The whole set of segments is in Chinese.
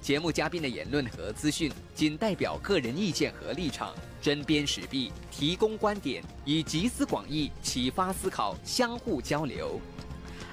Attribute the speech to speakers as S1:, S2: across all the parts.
S1: 节目嘉宾的言论和资讯仅代表个人意见和立场，针砭时弊，提供观点，以集思广益，启发思考，相互交流。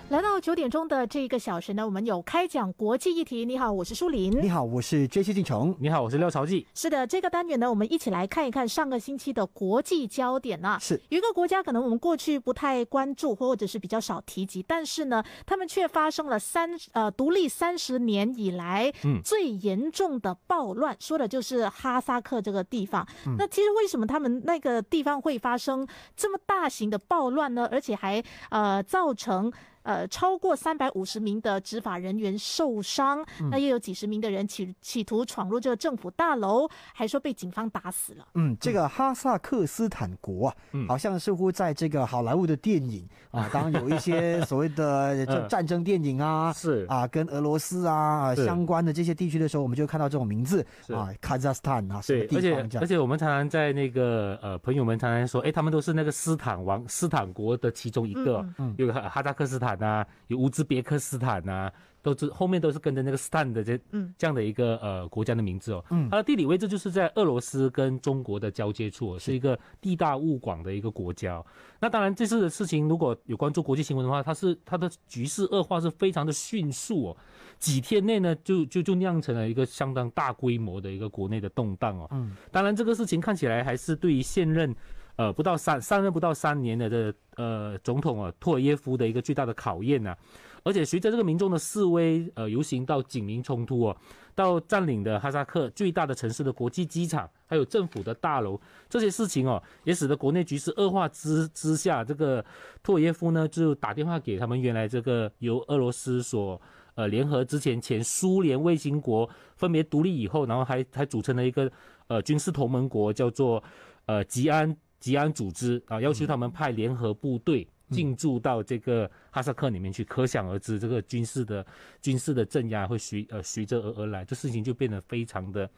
S2: 来到九点钟的这一个小时呢，我们有开讲国际议题。你好，我是舒林。
S3: 你好，我是 J C 进城。
S4: 你好，我是廖朝记。
S2: 是的，这个单元呢，我们一起来看一看上个星期的国际焦点啊。
S3: 是
S2: 有一个国家，可能我们过去不太关注，或者是比较少提及，但是呢，他们却发生了三呃独立三十年以来
S4: 嗯
S2: 最严重的暴乱，说的就是哈萨克这个地方。那其实为什么他们那个地方会发生这么大型的暴乱呢？而且还呃造成。呃，超过三百五十名的执法人员受伤，
S4: 嗯
S2: 那也有几十名的人企企图闯入这个政府大楼，还说被警方打死了。
S3: 嗯，这个哈萨克斯坦国啊，
S4: 嗯
S3: 好像似乎在这个好莱坞的电影啊，当然有一些所谓的这
S4: 嗯
S3: 战争电影啊，
S4: 是
S3: 啊，跟俄罗斯啊啊
S4: 是
S3: 相关的这些地区的时候，我们就看到这种名字
S4: 是
S3: 啊，卡扎斯坦啊，什么
S4: 对，
S3: 地
S4: 而且
S3: 方这
S4: 而
S3: 样。
S4: 且我们常常在那个呃，朋友们常常说，哎，他们都是那个斯坦王斯坦国的其中一个
S2: 嗯，
S3: 嗯
S4: 有哈哈萨克斯坦呐、有乌兹别克斯坦呐、都是后面都是跟着那个斯坦的这
S2: 嗯
S4: 这样的一个呃国家的名字哦。
S3: 嗯
S4: 它的地理位置就是在俄罗斯跟中国的交界处哦、是一个地大物广的一个国家哦、那当然，这次的事情如果有关注国际新闻的话，它是它的局势恶化是非常的迅速哦，几天内呢就就就酿成了一个相当大规模的一个国内的动荡哦。
S3: 嗯，
S4: 当然，这个事情看起来还是对于现任，呃，不到三上任不到三年的这呃总统啊托尔耶夫的一个巨大的考验呐、而且随着这个民众的示威、呃游行到警民冲突哦，到占领的哈萨克最大的城市的国际机场，还有政府的大楼，这些事情哦，也使得国内局势恶化之之下，这个托尔耶夫呢就打电话给他们原来这个由俄罗斯所呃联合之前前苏联卫星国分别独立以后，然后还还组成了一个呃军事同盟国，叫做呃吉安吉安组织啊，要求他们派联合部队。进驻到这个哈萨克里面去，可想而知，这个军事的军事的镇压会随呃随着而而来，这事情就变得非常的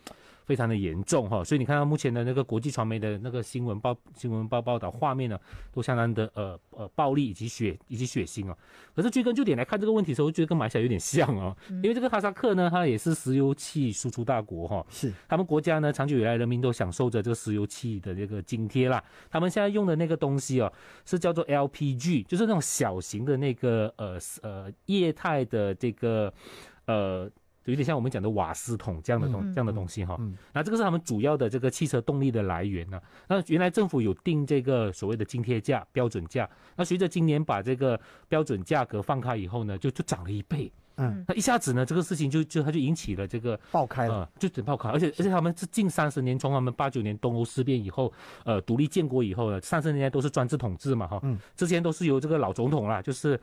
S4: 非常的严重哈、所以你看到目前的那个国际传媒的那个新闻报新闻报报道画面呢，都相当的呃呃暴力以及血以及血腥哦。可是追根究底来看这个问题的时候，我觉得跟马来西亚有点像哦，因为这个哈萨克呢，它也是石油气输出大国哈、
S3: 是
S4: 他们国家呢，长久以来人民都享受着这个石油气的这个津贴啦。他们现在用的那个东西哦，是叫做 LPG，就是那种小型的那个呃呃液态的这个呃。有点像我们讲的瓦斯桶这样的东、
S2: 嗯
S4: 这样的东西哈、
S3: 嗯
S4: 那这个是他们主要的这个汽车动力的来源呢、那原来政府有定这个所谓的津贴价、标准价，那随着今年把这个标准价格放开以后呢，就就涨了一倍。
S3: 嗯，
S4: 那一下子呢，这个事情就就它就引起了这个
S3: 爆开了。
S4: 呃，就整炮卡，而且而且他们是近三十年，从他们八九年东欧事变以后，呃，独立建国以后呢，三十年来都是专制统治嘛，哈，
S3: 嗯，
S4: 之前都是由这个老总统啦，就是。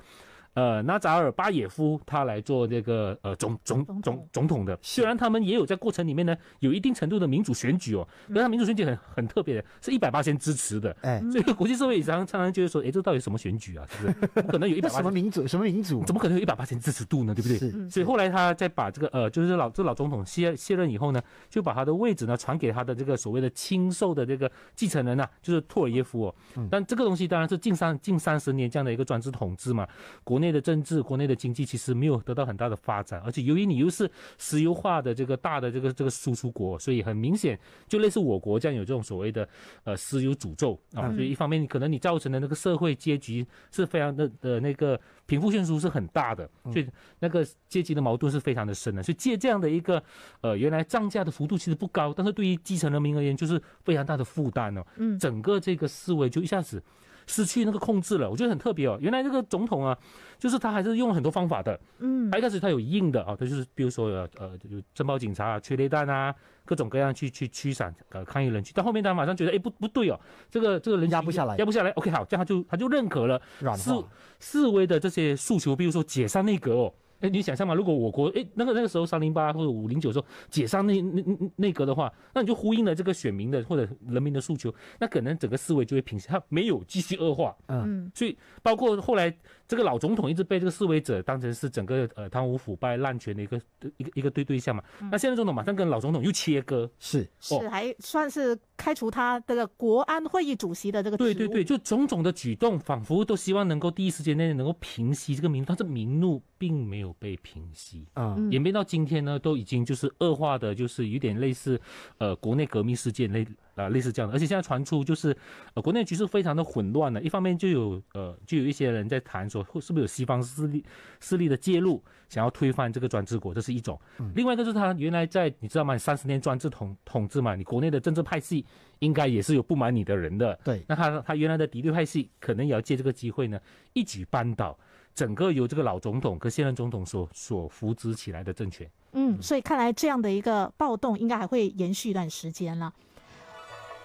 S4: 呃，纳扎尔巴耶夫他来做这个呃总总
S2: 总统
S4: 总总统的，虽然他们也有在过程里面呢有一定程度的民主选举哦，
S3: 嗯
S4: 但他民主选举很很特别的，是一百八先支持的，
S3: 哎，
S4: 所以国际社会也常常常觉得说，诶，这到底什么选举啊？是不是？不可能有一
S3: 那
S4: 百
S3: 什么民主？什么民主？
S4: 怎么可能有一百八千支持度呢？对不对？
S2: 嗯
S3: 是
S4: 所以后来他再把这个呃，就是老这老总统卸卸任以后呢，就把他的位置呢传给他的这个所谓的亲授的这个继承人呐、啊就是托尔耶夫哦。但这个东西当然是近三近三十年这样的一个专制统治嘛，国内的政治、国内的经济其实没有得到很大的发展，而且由于你又是石油化的这个大的这个这个输出国，所以很明显就类似我国这样有这种所谓的呃石油诅咒啊，所以一方面你可能你造成的那个社会阶级是非常的的那个贫富悬殊是很大的，所以那个阶级的矛盾是非常的深的，所以借这样的一个呃原来涨价的幅度其实不高，但是对于基层人民而言就是非常大的负担哦，
S2: 嗯
S4: 整个这个思维就一下子。失去那个控制了，我觉得很特别哦。原来这个总统啊，就是他还是用了很多方法的，
S2: 嗯
S4: 他一开始他有硬的啊，他就是比如说呃呃有侦报警察啊、催泪弹啊，各种各样去去驱散呃抗议人群。但后面他马上觉得哎不不对哦，这个这个人群
S3: 压不下来
S4: 压不下来。OK 好，这样他就他就认可了
S3: 软
S4: 示
S3: 化？
S4: 示威的这些诉求，比如说解散内阁哦。哎，你想象嘛，如果我国哎那个那个时候三零八或者五零九时候解散内内内内阁的话，那你就呼应了这个选民的或者人民的诉求，那可能整个思维就会平息，它没有继续恶化。
S2: 嗯
S4: 所以包括后来这个老总统一直被这个示威者当成是整个呃贪污腐败滥权的一个一个一个对对象嘛。那现在总统马上跟老总统又切割，
S3: 是
S2: 是还算是开除他这个国安会议主席的这个职务。
S4: 对对对，就种种的举动，仿佛都希望能够第一时间内能够平息这个民怒，但是民怒并没有被平息。
S3: 嗯，
S4: 演变到今天呢，都已经就是恶化的，就是有点类似，呃，国内革命事件类啊、类似这样的。而且现在传出就是，呃，国内局势非常的混乱了。啊一方面就有呃，就有一些人在谈说，会是不是有西方势力势力的介入，想要推翻这个专制国，这是一种。另外一个就是他原来在你知道吗？三十年专制统统治嘛，你国内的政治派系应该也是有不满你的人的。
S3: 对，
S4: 那他他原来的敌对派系可能也要借这个机会呢，一举扳倒整个由这个老总统跟现任总统所所扶植起来的政权。
S2: 嗯，所以看来这样的一个暴动应该还会延续一段时间了。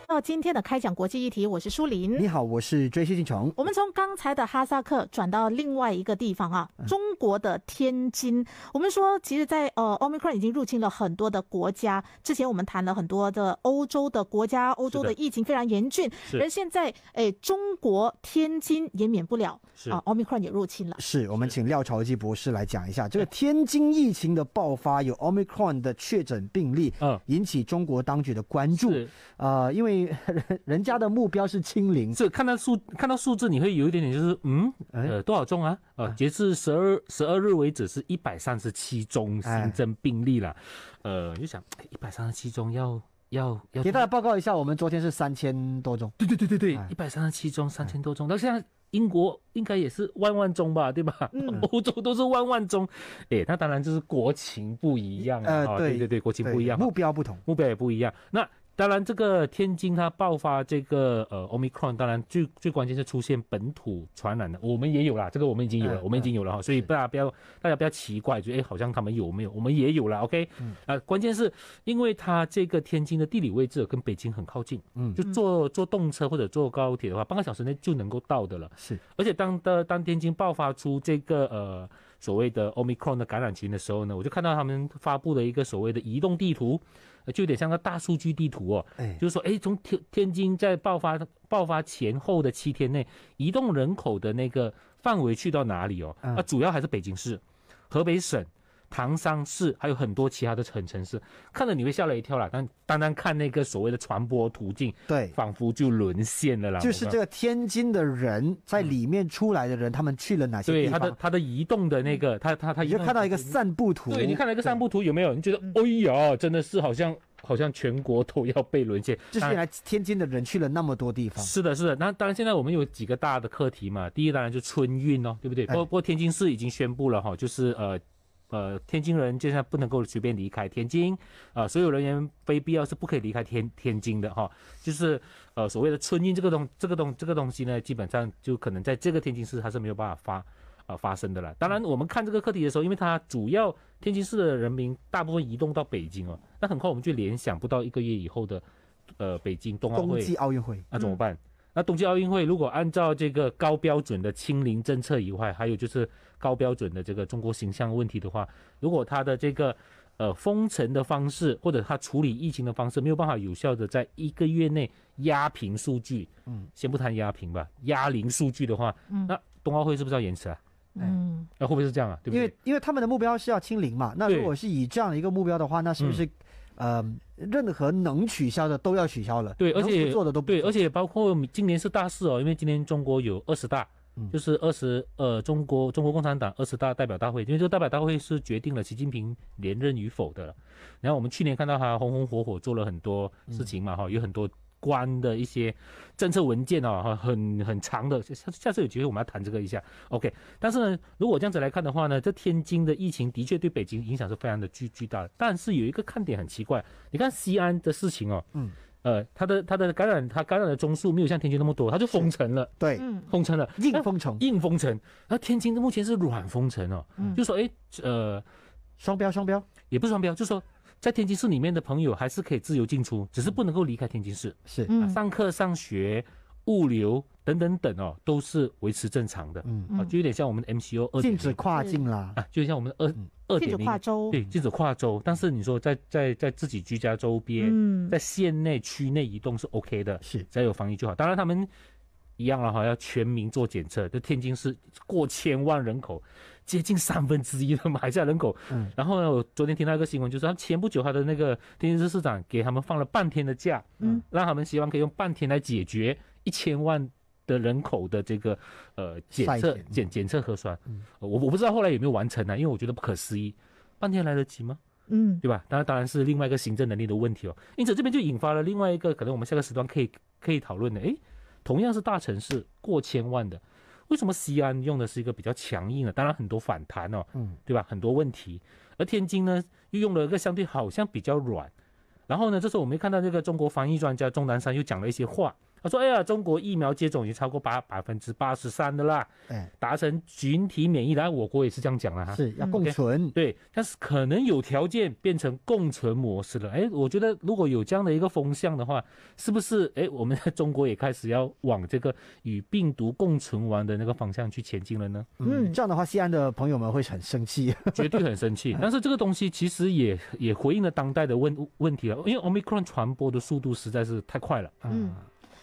S2: 到今天的开讲国际议题，我是舒林。
S3: 你好，我是追星进城。
S2: 我们从刚才的哈萨克转到另外一个地方啊，
S4: 嗯
S2: 中国的天津。我们说，其实在，呃，Omicron 已经入侵了很多的国家。之前我们谈了很多的欧洲的国家，欧洲的
S4: 是的
S2: 疫情非常严峻，
S4: 是
S2: 而现在，哎，中国天津也免不了
S4: 是
S3: 哦
S2: 啊，Omicron 也入侵了。
S3: 是我们请廖朝基博士来讲一下这个天津疫情的爆发，有 Omicron 的确诊病例，
S4: 嗯
S3: 引起中国当局的关注。
S4: 是
S3: 呃，因为人人家的目标是清零，
S4: 是看到数看到数字，你会有一点点就是嗯
S3: 哎
S4: 呃多少宗啊？呃，截至十二十二日为止是一百三十七宗
S3: 哎
S4: 新增病例了。呃，你就想一百三十七宗要要要
S3: 给大家报告一下，我们昨天是三千多宗，
S4: 对对对对对
S3: 哎，
S4: 一百三十七宗，三千多宗，到现在英国应该也是万万宗吧，对吧？
S3: 嗯
S4: 欧洲都是万万宗，哎，那当然就是国情不一样啊，
S3: 呃
S4: 哦
S3: 对
S4: 对对对，国情不一样嘛，
S3: 目标不同。
S4: 目标也不一样。那当然，这个天津它爆发这个呃 Omicron，当然最最关键是出现本土传染的，我们也有啦，这个我们已经有了，
S3: 嗯
S4: 我们已经有了哈，所以大家不要大家不要奇怪，就哎好像他们有没有，我们也有了，OK，啊、
S3: 嗯
S4: 关键是因为它这个天津的地理位置跟北京很靠近，
S3: 嗯
S4: 就坐坐动车或者坐高铁的话，半个小时内就能够到的了。
S3: 是，
S4: 而且当的当天津爆发出这个呃所谓的 Omicron 的感染群的时候呢，我就看到他们发布了一个所谓的移动地图，呃就有点像个大数据地图哦，
S3: 哎，
S4: 就是说，哎，从天天津在爆发爆发前后的七天内，移动人口的那个范围去到哪里哦？
S3: 嗯
S4: 啊，主要还是北京市、河北省、唐山市，还有很多其他的城城市，看了你会吓了一跳啦。但单单看那个所谓的传播途径，
S3: 对，
S4: 仿佛就沦陷了啦。
S3: 就是
S4: 我们
S3: 这个天津的人在里面出来的人，他们去了哪些
S4: 嗯对
S3: 地
S4: 它的
S3: 方？嗯
S4: 它的移动的那个，它它它
S3: 你就看到一个散步图，
S4: 对你看到一个散步图有没有？你觉
S3: 嗯
S4: 得，哎呀，真的是好像好像全国都要被沦陷，
S3: 就是
S4: 当然
S3: 原来天津的人去了那么多地方，
S4: 是的，是的。那当然，现在我们有几个大的课题嘛。第一，当然就春运哦，对不对？
S3: 哎
S4: 不过不过天津市已经宣布了哈，就是呃呃，天津人现在不能够随便离开天津，呃，所有人员非必要是不可以离开天天津的哈。就是呃所谓的春运这个东这个东这个东西呢，基本上就可能在这个天津市它是没有办法发。啊、发生的了。当然，我们看这个课题的时候，因为它主要天津市的人民大部分移动到北京哦，那很快我们就联想不到一个月以后的，呃，北京冬奥
S3: 冬
S4: 会
S3: 季奥运会，
S4: 那怎么办？那冬季奥运会如果按照这个高标准的清零政策以外，还有就是高标准的这个中国形象问题的话，如果它的这个呃封城的方式或者它处理疫情的方式没有办法有效的在一个月内压平数据，嗯，先不谈压平吧，压零数据的话，那冬奥会是不是要延迟啊？
S2: 嗯，
S4: 那、会不会是这样啊？对不
S3: 因
S4: 对？
S3: 为因为他们的目标是要清零嘛。那
S4: 对嗯
S3: 如果是以这样的一个目标的话，那是不是呃，任何能取消的都要取消了？
S4: 对，而
S3: 能
S4: 且
S3: 不做的都不
S4: 对，
S3: 做
S4: 而且包括今年是大事哦，因为今年中国有二十大，
S3: 嗯
S4: 就是二十呃中国中国共产党二十大代表大会，因为这个代表大会是决定了习近平连任与否的了。然后我们去年看到他红红火火做了很多事情嘛，哈、有很多官的一些政策文件哦，哈很很长的，下下次有机会我们要谈这个一下。OK，但是呢，如果这样子来看的话呢，这天津的疫情的确对北京影响是非常的巨巨大的。但是有一个看点很奇怪，你看西安的事情哦，
S3: 嗯，
S4: 呃，它的它的感染它感染的宗数没有像天津那么多，它就封城了，
S3: 对
S2: 嗯
S4: 封城了，
S3: 硬封城，
S4: 硬封城。那天津目前是软封城哦，
S2: 嗯
S4: 就说哎呃
S3: 双标双标，
S4: 也不是双标，就说在天津市里面的朋友还是可以自由进出，只是不能够离开天津市。啊
S3: 是，
S2: 嗯
S4: 上课、上学、物流等等等哦，都是维持正常的
S3: 嗯，
S4: 啊，
S2: 嗯
S4: 就有点像我们 MCO 二
S3: 禁止跨境啦，
S4: 啊，就像我们二
S3: 嗯
S4: 二
S2: 禁
S4: 点
S2: 止跨
S4: 零
S2: 州，
S4: 对禁止跨州，但是你说在在在自己居家周边，
S2: 嗯
S4: 在县内区内移动是 OK 的，
S3: 是
S4: 只要有防疫就好。当然他们一样了哈，要全民做检测。就天津市过千万人口，接近三分之一的马来西亚人口。
S3: 嗯
S4: 然后呢，我昨天听到一个新闻，就是他前不久他的那个天津市市长给他们放了半天的假，
S2: 嗯，
S4: 让他们希望可以用半天来解决一千万。的人口的这个呃检测
S3: 筛检
S4: 检检测核酸，
S3: 嗯
S4: 呃我我不知道后来有没有完成呢、因为我觉得不可思议，半天来得及吗？
S2: 嗯
S4: 对吧？当然，当然是另外一个行政能力的问题哦。因此，这边就引发了另外一个可能我们下个时段可以可以讨论的。诶，同样是大城市，过千万的，为什么西安用的是一个比较强硬的？当然很多反弹哦，
S3: 嗯，
S4: 对吧？很多问题，而天津呢又用了一个相对好像比较软。然后呢，这时候我们看到这个中国防疫专家钟南山又讲了一些话，他说：“哎呀，中国疫苗接种已经超过八百分之八十三的啦，
S3: 哎，
S4: 达成群体免疫了。”我国也是这样讲了哈。
S3: 是要
S2: 嗯
S3: 共
S4: 啊 OK
S3: 存，
S4: 对，但是可能有条件变成共存模式了。哎，我觉得如果有这样的一个风向的话，是不是哎，我们在中国也开始要往这个与病毒共存亡的那个方向去前进了呢？
S3: 嗯，
S2: 嗯
S3: 这样的话，西安的朋友们会很生气。
S4: 绝对很 生气。但是这个东西其实也也回应了当代的问问题了，因为 Omicron 传播的速度实在是太快了。
S2: 嗯，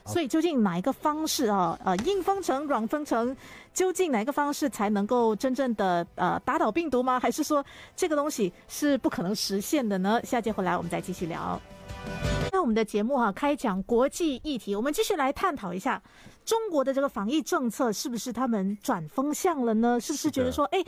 S2: 所以究竟哪一个方式啊？呃，硬封城、软封城，究竟哪一个方式才能够真正的呃打倒病毒吗？还是说这个东西是不可能实现的呢？下节回来我们再继续聊。那我们的节目哈、开讲国际议题，我们继续来探讨一下中国的这个防疫政策是不是他们转风向了呢？是不是觉得说，哎，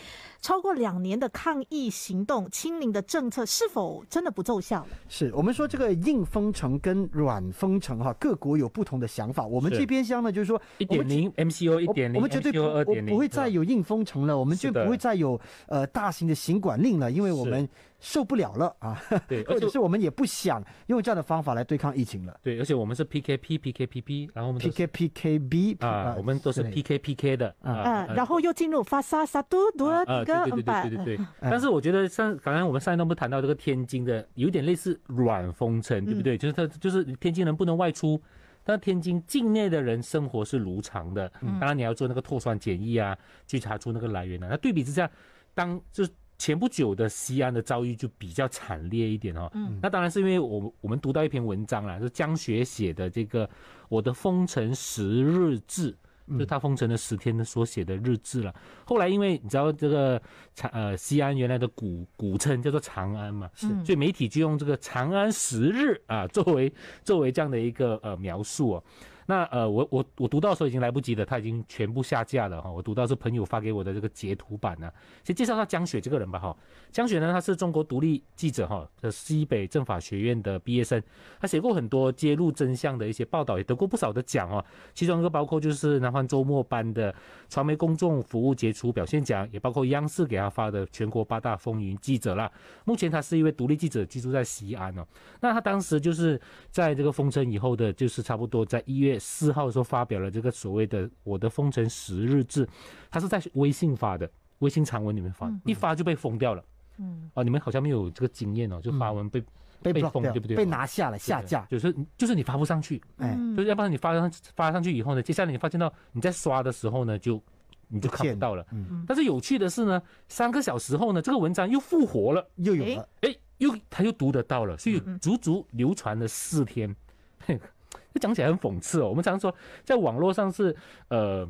S2: 超过两年的抗疫行动、清零的政策是否真的不奏效了？
S3: 是我们说这个硬封城跟软封城哈，各国有不同的想法。我们
S4: 是
S3: 这边乡呢，就是说
S4: 嗯一
S3: 我
S4: 点
S3: 们
S4: 零 MCO 一
S3: 我
S4: 点零，
S3: 我们绝对不
S4: MCO 二
S3: 我
S4: 点零
S3: 不会再有硬封城了，我们
S4: 是
S3: 就
S4: 的
S3: 不会再有呃大型的行管令了，因为我
S4: 是
S3: 们受不了了啊，
S4: 对，
S3: 或
S4: 而且
S3: 者是我们也不想用这样的方法来对抗疫情了。
S4: 对，而且我们是 PKP PKPP，然后我们都是
S3: PK PKB
S4: 啊，我们都是
S3: 之类的
S4: PK PK 的
S3: 啊
S2: 呃，然后又进入发沙沙嘟嘟
S4: 啊
S2: 一
S4: 呃，
S2: 个
S4: 对对对对对对对。但是我觉得上刚刚我们上一段不是谈到这个天津的，有点类似软封城，对不对？就是它就是天津人不能外出。但天津境内的人生活是如常的，当然你要做那个唾酸检疫啊，去查出那个来源啊。那对比之下，当就是前不久的西安的遭遇就比较惨烈一点哦。
S2: 嗯
S4: 那当然是因为我们我们读到一篇文章啦，是江雪写的这个《我的封城十日志》。就他封城的十天的所写的日志了。后来因为你知道这个长呃西安原来的古古称叫做长安嘛，
S2: 是嗯
S4: 所以媒体就用这个“长安十日”啊作为作为这样的一个呃描述哦。那呃我我我读到的时候已经来不及了，它已经全部下架了哈、我读到是朋友发给我的这个截图版呢、先介绍一下江雪这个人吧哈、江雪呢，她是中国独立记者哈、呃西北政法学院的毕业生，她写过很多揭露真相的一些报道，也得过不少的奖哦。其中一个包括就是南方周末班的传媒公众服务杰出表现奖，也包括央视给他发的全国八大风云记者啦。目前他是一位独立记者，居住在西安哦。那他当时就是在这个封城以后的，就是差不多在一月四号的时候发表了这个所谓的“我的封城十日志”，他是在微信发的，微信长文里面发的
S2: 嗯，
S4: 一发就被封掉了。
S2: 嗯
S4: 啊，你们好像没有这个经验哦，就发文被、
S3: 被
S4: 被
S3: block
S4: 封
S3: 掉，
S4: 对不啊对啊
S3: 被拿下了下架。
S4: 就是就是你发不上去，
S3: 哎，
S2: 嗯
S4: 就是要不然你发上发上去以后呢，接下来你发现到你在刷的时候呢，就你就
S3: 不
S4: 看
S3: 见
S4: 不到了。
S3: 嗯
S4: 但是有趣的是呢，三个小时后呢，这个文章又复活了，
S3: 又有了，
S4: 哎，又他又读得到了，所以
S2: 嗯嗯
S4: 足足流传了四天。 这讲起来很讽刺哦。我们常说在网络上是呃，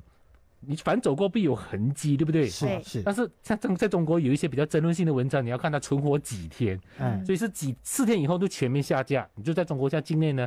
S4: 你反走过必有痕迹，对不对？
S3: 是
S2: 对
S3: 是，
S4: 但是在中在中国有一些比较争论性的文章，你要看它存活几天。
S3: 哎
S4: 所以是几四天以后就全面下架，你就在中国在境内呢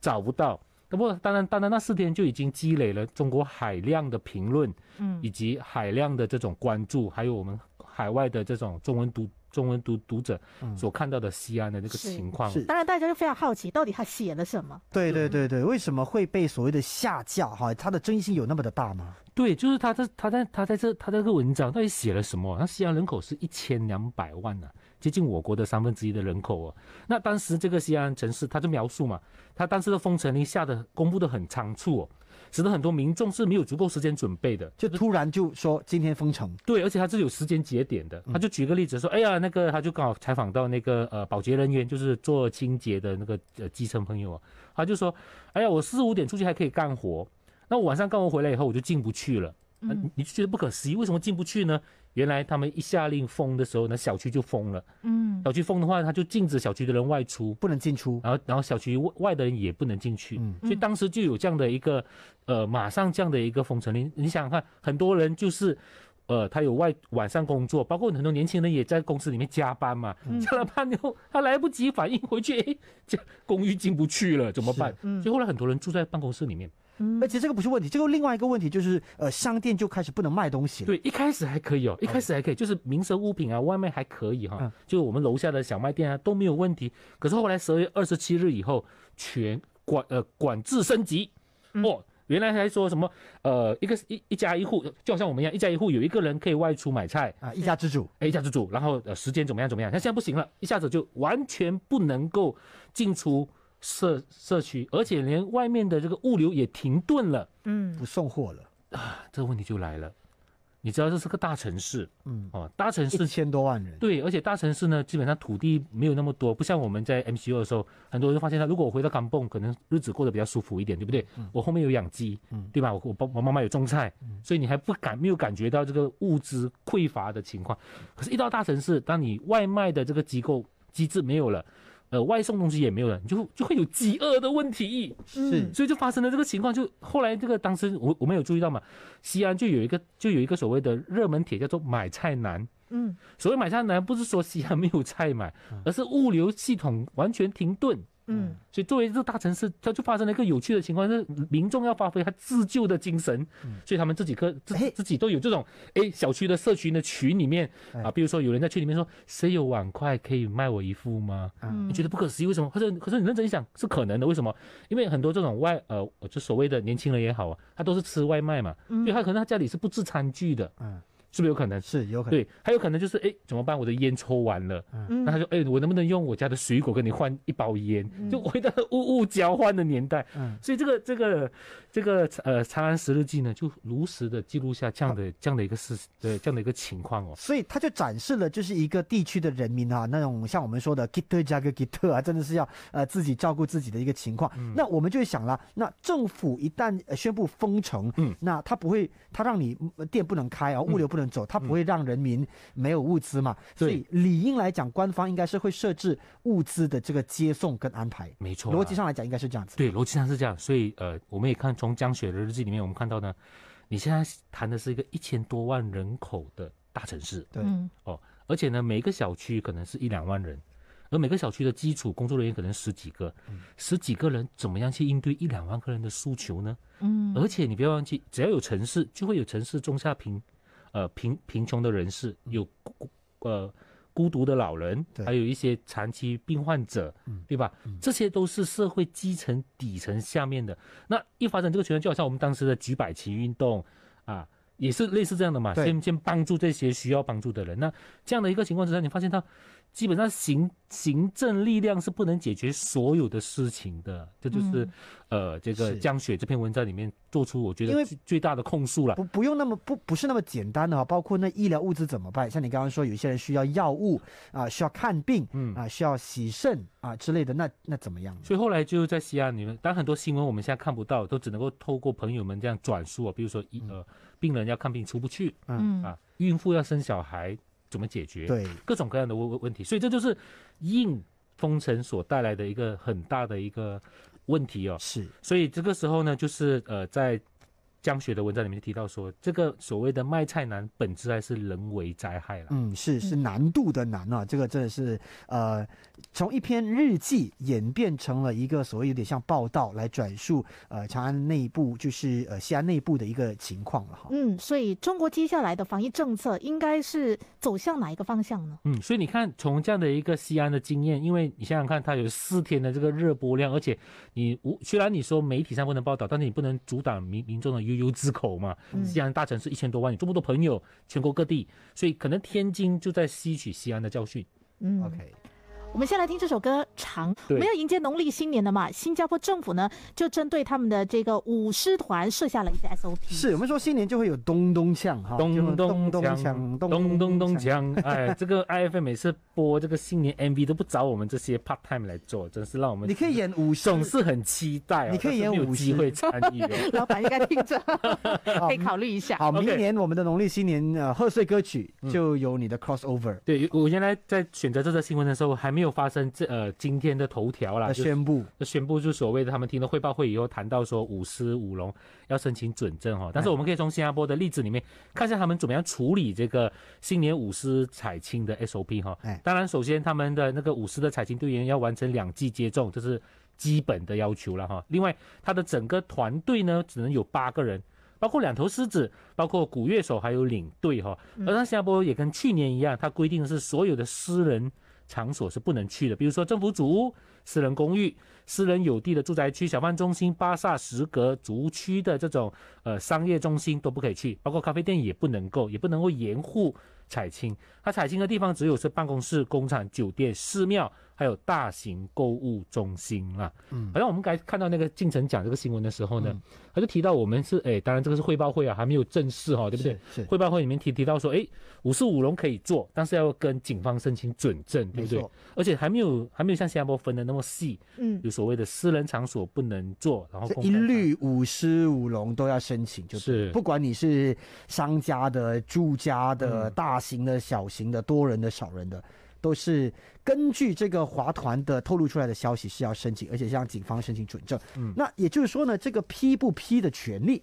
S4: 找不到。那不过当然，当然那四天就已经积累了中国海量的评论，
S2: 嗯
S4: 以及海量的这种关注，还有我们海外的这种中文读中文读读者
S3: 嗯
S4: 所看到的西安的这个
S2: 是
S4: 情况。
S3: 是
S2: 当然，大家就非常好奇，到底他写了什么？
S3: 对对对对，为什么会被所谓的下架？哈，它的争议性有那么的大吗？
S4: 对，就是他在他在他在这他这个文章到底写了什么？那西安人口是一千两百万呢、啊接近我国的三分之一的人口哦。那当时这个西安城市，他就描述嘛，他当时的封城令下的公布的很仓促哦，使得很多民众是没有足够时间准备的。
S3: 就突然就说今天封城，
S4: 对，而且他是有时间节点的。他就举个例子说，哎呀，那个他就刚好采访到那个呃保洁人员，就是做清洁的那个呃基层朋友啊，他就说，哎呀，我四五点出去还可以干活，那我晚上干活回来以后我就进不去了，呃你你就觉得不可思议，为什么进不去呢？原来他们一下令封的时候呢，小区就封了。
S2: 嗯
S4: 小区封的话，他就禁止小区的人外出，
S3: 不能进出。
S4: 然后然后小区外外的人也不能进去。
S3: 嗯
S4: 所以当时就有这样的一个呃，马上这样的一个封城令。你想想看，很多人就是。呃，他有外晚上工作，包括很多年轻人也在公司里面加班嘛，
S2: 嗯
S4: 加了班以后他来不及反应回去，诶，这公寓进不去了，怎么办？
S2: 嗯
S4: 所以后来很多人住在办公室里面。
S2: 嗯
S3: 而且这个不是问题，这个另外一个问题就是，呃，商店就开始不能卖东西了。
S4: 对，一开始还可以哦，一开始还可以，就是民生物品啊，外卖还可以哈、
S3: 嗯
S4: 就我们楼下的小卖店啊都没有问题。可是后来十二月二十七日以后，全管呃管制升级，
S2: 嗯
S4: 哦，原来还说什么呃一个一一家一户，就好像我们一样，一家一户有一个人可以外出买菜，
S3: 啊，一家之主，
S4: 哎，一家之主，然后呃时间怎么样怎么样，那现在不行了，一下子就完全不能够进出社社区，而且连外面的这个物流也停顿了。
S2: 嗯
S3: 不送货了，
S4: 这个问题就来了，你知道这是个大城市，
S3: 嗯，
S4: 哦，大城市
S3: 一千多万人，
S4: 对，而且大城市呢，基本上土地没有那么多，不像我们在 MCU 的时候，很多人就发现他如果我回到港蹦，可能日子过得比较舒服一点，对不对？我后面有养鸡，
S3: 嗯
S4: 对吧？我我爸我妈妈有种菜，所以你还不感没有感觉到这个物资匮乏的情况。可是，一到大城市，当你外卖的这个机构机制没有了。呃，外送东西也没有了，你就就会有饥饿的问题，
S3: 是
S2: 嗯
S4: 所以就发生了这个情况。就后来这个当时我我们有注意到嘛，西安就有一个就有一个所谓的热门帖叫做“买菜难”，
S2: 嗯
S4: 所谓买菜难，不是说西安没有菜买，而是物流系统完全停顿。
S2: 嗯
S4: 所以作为这个大城市，它就发生了一个有趣的情况，就是民众要发挥他自救的精神，所以他们自己个自
S3: 哎
S4: 自己都有这种，哎，小区的社群的群里面
S3: 哎
S4: 啊，比如说有人在群里面说，谁有碗筷可以卖我一副吗？
S2: 嗯
S4: 你觉得不可思议，为什么？可是可是你认真一想，是可能的，为什么？因为很多这种外呃，就所谓的年轻人也好啊，他都是吃外卖嘛，
S2: 嗯
S4: 所以他可能他家里是不置餐具的，
S3: 嗯，
S4: 是不是有可能？
S3: 是有可能，
S4: 对，还有可能就是哎，怎么办？我的烟抽完了，
S2: 嗯
S4: 那他说哎，我能不能用我家的水果跟你换一包烟？就回到物物交换的年代，
S3: 嗯，
S4: 所以这个这个这个呃《长安十日记》呢，就如实的记录下这样的这样的一个事，对这样的一个情况哦。
S3: 所以他就展示了就是一个地区的人民啊，那种像我们说的 “git 加个 git” 啊，真的是要呃自己照顾自己的一个情况。
S4: 嗯
S3: 那我们就会想了，那政府一旦呃宣布封城，
S4: 嗯
S3: 那他不会，他让你呃店不能开啊，物流不能走，他不会让人民没有物资嘛。所
S4: 嗯对
S3: 以理应来讲，官方应该是会设置物资的这个接送跟安排。
S4: 没错啊、
S3: 逻辑上来讲，应该是这样子。
S4: 对，逻辑上是这样，所以呃，我们也看从江雪的日记里面，我们看到呢，你现在谈的是一个一千多万人口的大城市，
S3: 对
S2: 嗯
S4: 而且呢，每个小区可能是一两万人，而每个小区的基础工作人员可能十几个，十几个人怎么样去应对一两万个人的诉求呢？
S2: 嗯
S4: 而且你不要忘记，只要有城市，就会有城市中下贫，呃贫贫穷的人士，有孤孤呃孤独的老人，
S3: 对嗯
S4: 还有一些长期病患者，对吧？这些都是社会基层底层下面的。那一发展这个情况，就好像我们当时的举百旗运动啊。也是类似这样的嘛，
S3: 对
S4: 先先帮助这些需要帮助的人。那这样的一个情况之下，你发现到基本上行行政力量是不能解决所有的事情的，这就是、呃这
S3: 嗯
S4: 个
S3: 是
S4: 江雪这篇文章里面做出我觉
S3: 因为
S4: 得最最大的控诉了。
S3: 不不用那么不不是那么简单的啊，包括那医疗物资怎么办？像你刚刚说，有一些人需要药物啊、需要看病，
S4: 嗯
S3: 啊、需要洗肾啊、之类的，那那怎么样呢？
S4: 所以后来就在西安里面，当然很多新闻我们现在看不到，都只能够透过朋友们这样转述啊，比如说一
S3: 嗯
S4: 呃病人要看病出不去
S2: 嗯
S4: 啊，孕妇要生小孩怎么解决？
S3: 对，
S4: 各种各样的问问问题，所以这就是硬封城所带来的一个很大的一个问题哦。
S3: 是
S4: 所以这个时候呢，就是呃，在江雪的文章里面提到说，这个所谓的卖菜难，本质还是人为灾害了。
S3: 嗯，是是难度的难啊，这个真的是呃，从一篇日记演变成了一个所谓有点像报道来转述呃长安内部就是呃西安内部的一个情况了哈。
S2: 嗯，所以中国接下来的防疫政策应该是走向哪一个方向呢？
S4: 嗯，所以你看，从这样的一个西安的经验，因为你想想看，它有四天的这个热播量，而且你无虽然你说媒体上不能报道，但是你不能阻挡民民众的悠悠之口嘛。
S2: 嗯
S4: 西安大城市一千多万，有这么多朋友，全国各地，所以可能天津就在吸取西安的教训。
S2: 嗯
S3: OK，
S2: 我们先来听这首歌《长》，我
S4: 对
S2: 们要迎接农历新年了嘛？新加坡政府呢就针对他们的这个舞狮团设下了一些 SOP。
S3: 是我们说新年就会有咚咚锵哈，就
S4: 咚
S3: 会
S4: 咚
S3: 咚
S4: 锵，
S3: 锵，
S4: 咚咚咚
S3: 锵。
S4: 锵，哎，这个 IFM 每次播这个新年 MV 都不找我们这些 part time 来做，真是让我们
S3: 你可以演舞狮
S4: 总是很期待、哦，
S3: 你可以演
S4: 但是没有
S3: 舞
S4: 机
S3: 狮
S4: 会参与、哦。
S2: 老板应该听 着，
S3: 好
S2: 可以考虑一下。
S3: 好，
S4: OK 嗯
S3: 明年我们的农历新年呃贺岁歌曲就有你的 crossover
S4: 对，我原来在选择这则新闻的时候，还没有发生这呃今天的头条
S3: 的
S4: 啦，啊就是
S3: 宣布，
S4: 宣布就所谓的他们听了汇报会以后谈到说舞狮舞龙要申请准证哦，但是我们可以从新加坡的例子里面看一下他们怎么样处理这个新年舞狮采青的 SOP 哈、
S3: 哎
S4: 当然，首先他们的那个舞狮的采青队员要完成两剂接种，这是基本的要求了哈。另外，他的整个团队呢只能有八个人。包括两头狮子，包括鼓乐手，还有领队哈。嗯而像新加坡也跟去年一样，啊它规定的是所有的私人场所是不能去的，比如说政府主屋、私人公寓、私人有地的住宅区、小贩中心、巴萨石格族区的这种呃商业中心都不可以去，包括咖啡店也不能够，也不能够盐户采青。它采青的地方只有是办公室、工厂、酒店、寺庙，还有大型购物中心啦。嗯，好像我们刚才看到那个进城讲这个新闻的时候呢，他就提到我们是哎，当然这个是汇报会啊，还没有正式哈、对不对？
S3: 是是
S4: 汇报会里面提提到说，哎，五十五龙可以做，但是要跟警方申请准证，对
S3: 没
S4: 不对
S3: 错？，
S4: 而且还没有还没有像新加坡分的那么细，
S2: 嗯，
S4: 有所谓的私人场所不能做，然后
S3: 这
S4: 公
S3: 一
S4: 开场
S3: 律舞狮舞龙都要申请，就是不管你是商家的、住家的、
S4: 嗯
S3: 大型的、小型的、多人的、少人的，都是根据这个华团的透露出来的消息是要申请，而且向警方申请准证。
S4: 嗯
S3: 那也就是说呢，这个批不批的权利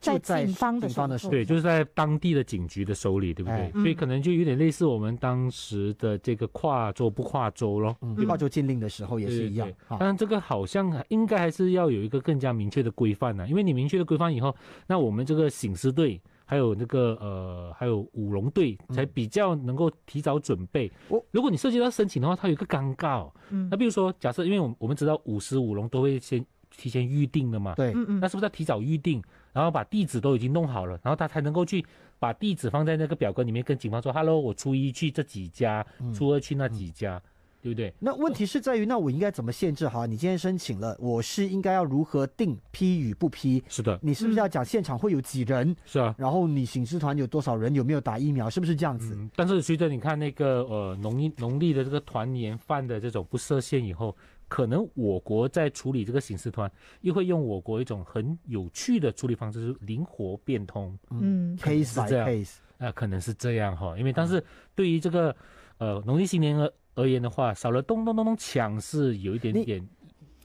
S3: 就在
S2: 警方的
S3: 警方的
S2: 手
S3: 手
S2: 中
S4: 对，就是在当地的警局的手里，对不对？
S3: 哎
S4: 所以可能就有点类似我们当时的这个跨州不跨州咯。
S3: 嗯，澳洲禁令的时候也
S4: 对
S3: 是
S4: 对
S3: 一样
S4: 对
S3: 啊
S4: 当。然，这个好像还应该还是要有一个更加明确的规范呢、因为你明确的规范以后，那我们这个醒狮队。还有那个呃，还有舞龙队
S3: 嗯
S4: 才比较能够提早准备。
S3: 哦
S4: 如果你涉及到申请的话，它有一个尴尬、哦。
S2: 嗯
S4: 那比如说，假设因为我们我们知道舞狮舞龙都会先提前预定的嘛，
S3: 对，
S2: 嗯嗯
S4: 那，是不是要提早预定，然后把地址都已经弄好了，然后他才能够去把地址放在那个表格里面，跟警方说，Hello，我初一去这几家，
S3: 嗯
S4: 初二去那几家，对不对？
S3: 那问题是在于，那我应该怎么限制？好，你今天申请了，我是应该要如何定批与不批？
S4: 是的，
S3: 你是不是要讲现场会有几人？
S4: 是啊。
S3: 然后你醒狮团有多少人？有没有打疫苗？是不是这样子？
S4: 嗯，但是随着你看那个呃农历农历的这个团年饭的这种不设限以后，可能我国在处理这个刑事团，又会用我国一种很有趣的处理方式，就是灵活变通。
S2: 嗯
S3: case
S4: 是
S3: by
S4: 这样
S3: case，
S4: 那可能是这样哈，因为但是对于这个呃农历新年而而言的话，少了咚咚咚咚锵是有一点
S3: 你
S4: 点，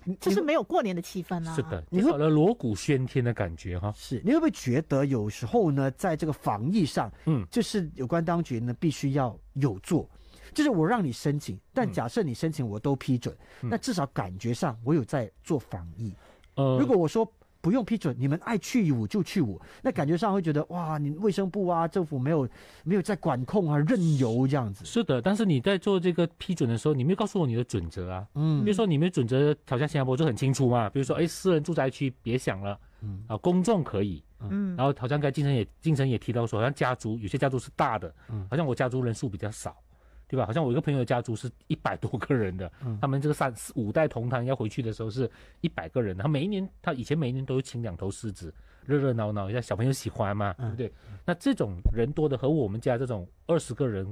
S3: 你
S2: 就是
S3: 你
S2: 没有过年的气氛啊。
S4: 是的，
S3: 你会
S4: 少了锣鼓喧天的感觉哈。
S3: 是你会不会觉得有时候呢，在这个防疫上，
S4: 嗯，
S3: 就是有关当局呢必须要有做，就是我让你申请，但
S4: 嗯
S3: 假设你申请我都批准，
S4: 嗯
S3: 那至少感觉上我有在做防疫。
S4: 呃，
S3: 如果我说不用批准，你们爱去舞就去舞，那感觉上会觉得哇，你卫生部啊，政府没有没有在管控啊，任由这样子。
S4: 是的，但是你在做这个批准的时候，你没有告诉我你的准则啊。
S3: 嗯
S4: 比如说你们准则好像新加坡就很清楚嘛，比如说哎，私人住宅区别想了，
S3: 嗯
S4: 啊，公众可以，
S2: 嗯，
S4: 然后好像该进城也进城也提到说，好像家族有些家族是大的，
S3: 嗯
S4: 好像我家族人数比较少，对吧？好像我一个朋友的家族是一百多个人的，
S3: 嗯
S4: 他们这个三四五代同堂要回去的时候是一百个人，他每一年他以前每一年都会请两头狮子，热热闹闹，让小朋友喜欢嘛，
S3: 嗯
S4: 对不对？那这种人多的和我们家这种二十个人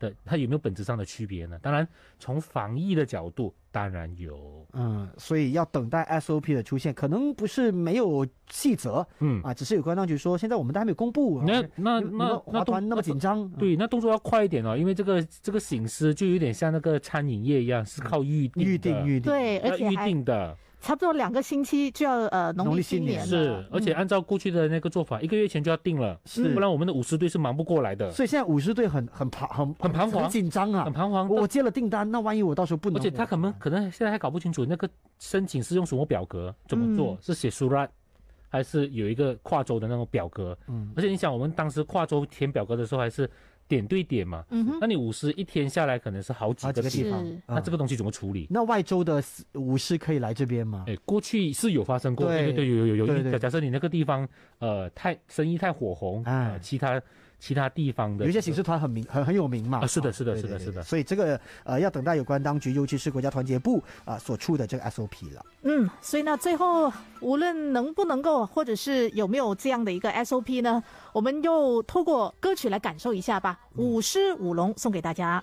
S4: 的，它有没有本质上的区别呢？当然，从防疫的角度，当然有，
S3: 嗯，所以要等待 SOP 的出现，可能不是没有细则
S4: 嗯。
S3: 啊，只是有关当局说现在我们都还没有公布。
S4: 那
S3: 啊
S4: 那
S3: 你们
S4: 那
S3: 华
S4: 动
S3: 团那么紧张，
S4: 对，那动作要快一点哦，因为这个这个醒狮就有点像那个餐饮业一样，是靠预定的
S3: 嗯预定预定，
S2: 对，
S4: 要
S2: 而且
S4: 预
S2: 还
S4: 定的
S2: 差不多两个星期就要呃农
S3: 农
S2: 历
S3: 历
S2: 新
S3: 新年
S2: 年了嗯
S4: 是，而且按照过去的那个做法，一个月前就要定了，
S3: 是
S4: 不然我们的舞狮队是忙不过来的，
S3: 所以现在舞狮队很很彷很
S4: 很彷徨
S3: 很紧张啊
S4: 很。彷徨。
S3: 我
S4: 但
S3: 我接了订单，那万一我到时候不能，
S4: 而且他可能可能现在还搞不清楚那个申请是用什么表格，怎么做，
S2: 嗯
S4: 是写书啦，还是有一个跨州的那种表格？
S3: 嗯
S4: 而且你想，我们当时跨州填表格的时候还是点对点嘛，
S2: 嗯哼，
S4: 那你舞狮一天下来可能是好几
S3: 好
S4: 个
S3: 啊几个
S4: 地
S3: 地
S4: 方，
S3: 方
S2: 是，
S4: 那这
S3: 个
S4: 个东西怎么处理？
S3: 那外州的舞狮可以来这边吗？
S4: 哎，过去是有发生过，对
S3: 对
S4: 对对，有有有。
S3: 对
S4: 假
S3: 对
S4: 假设你那个地方呃太生意太火红，
S3: 哎
S4: 呃，其他其他地方的
S3: 有一些刑事团很名很很有名嘛。
S4: 啊是的
S3: 啊
S4: 是的
S3: 对
S4: 是的
S3: 对对
S4: 是的
S3: 所以这个呃要等待有关当局，尤其是国家团结部啊、所出的这个 SOP 了。
S2: 嗯，所以呢，最后无论能不能够，或者是有没有这样的一个 SOP 呢，
S4: 嗯
S2: 我们又透过歌曲来感受一下吧。舞狮舞龙送给大家。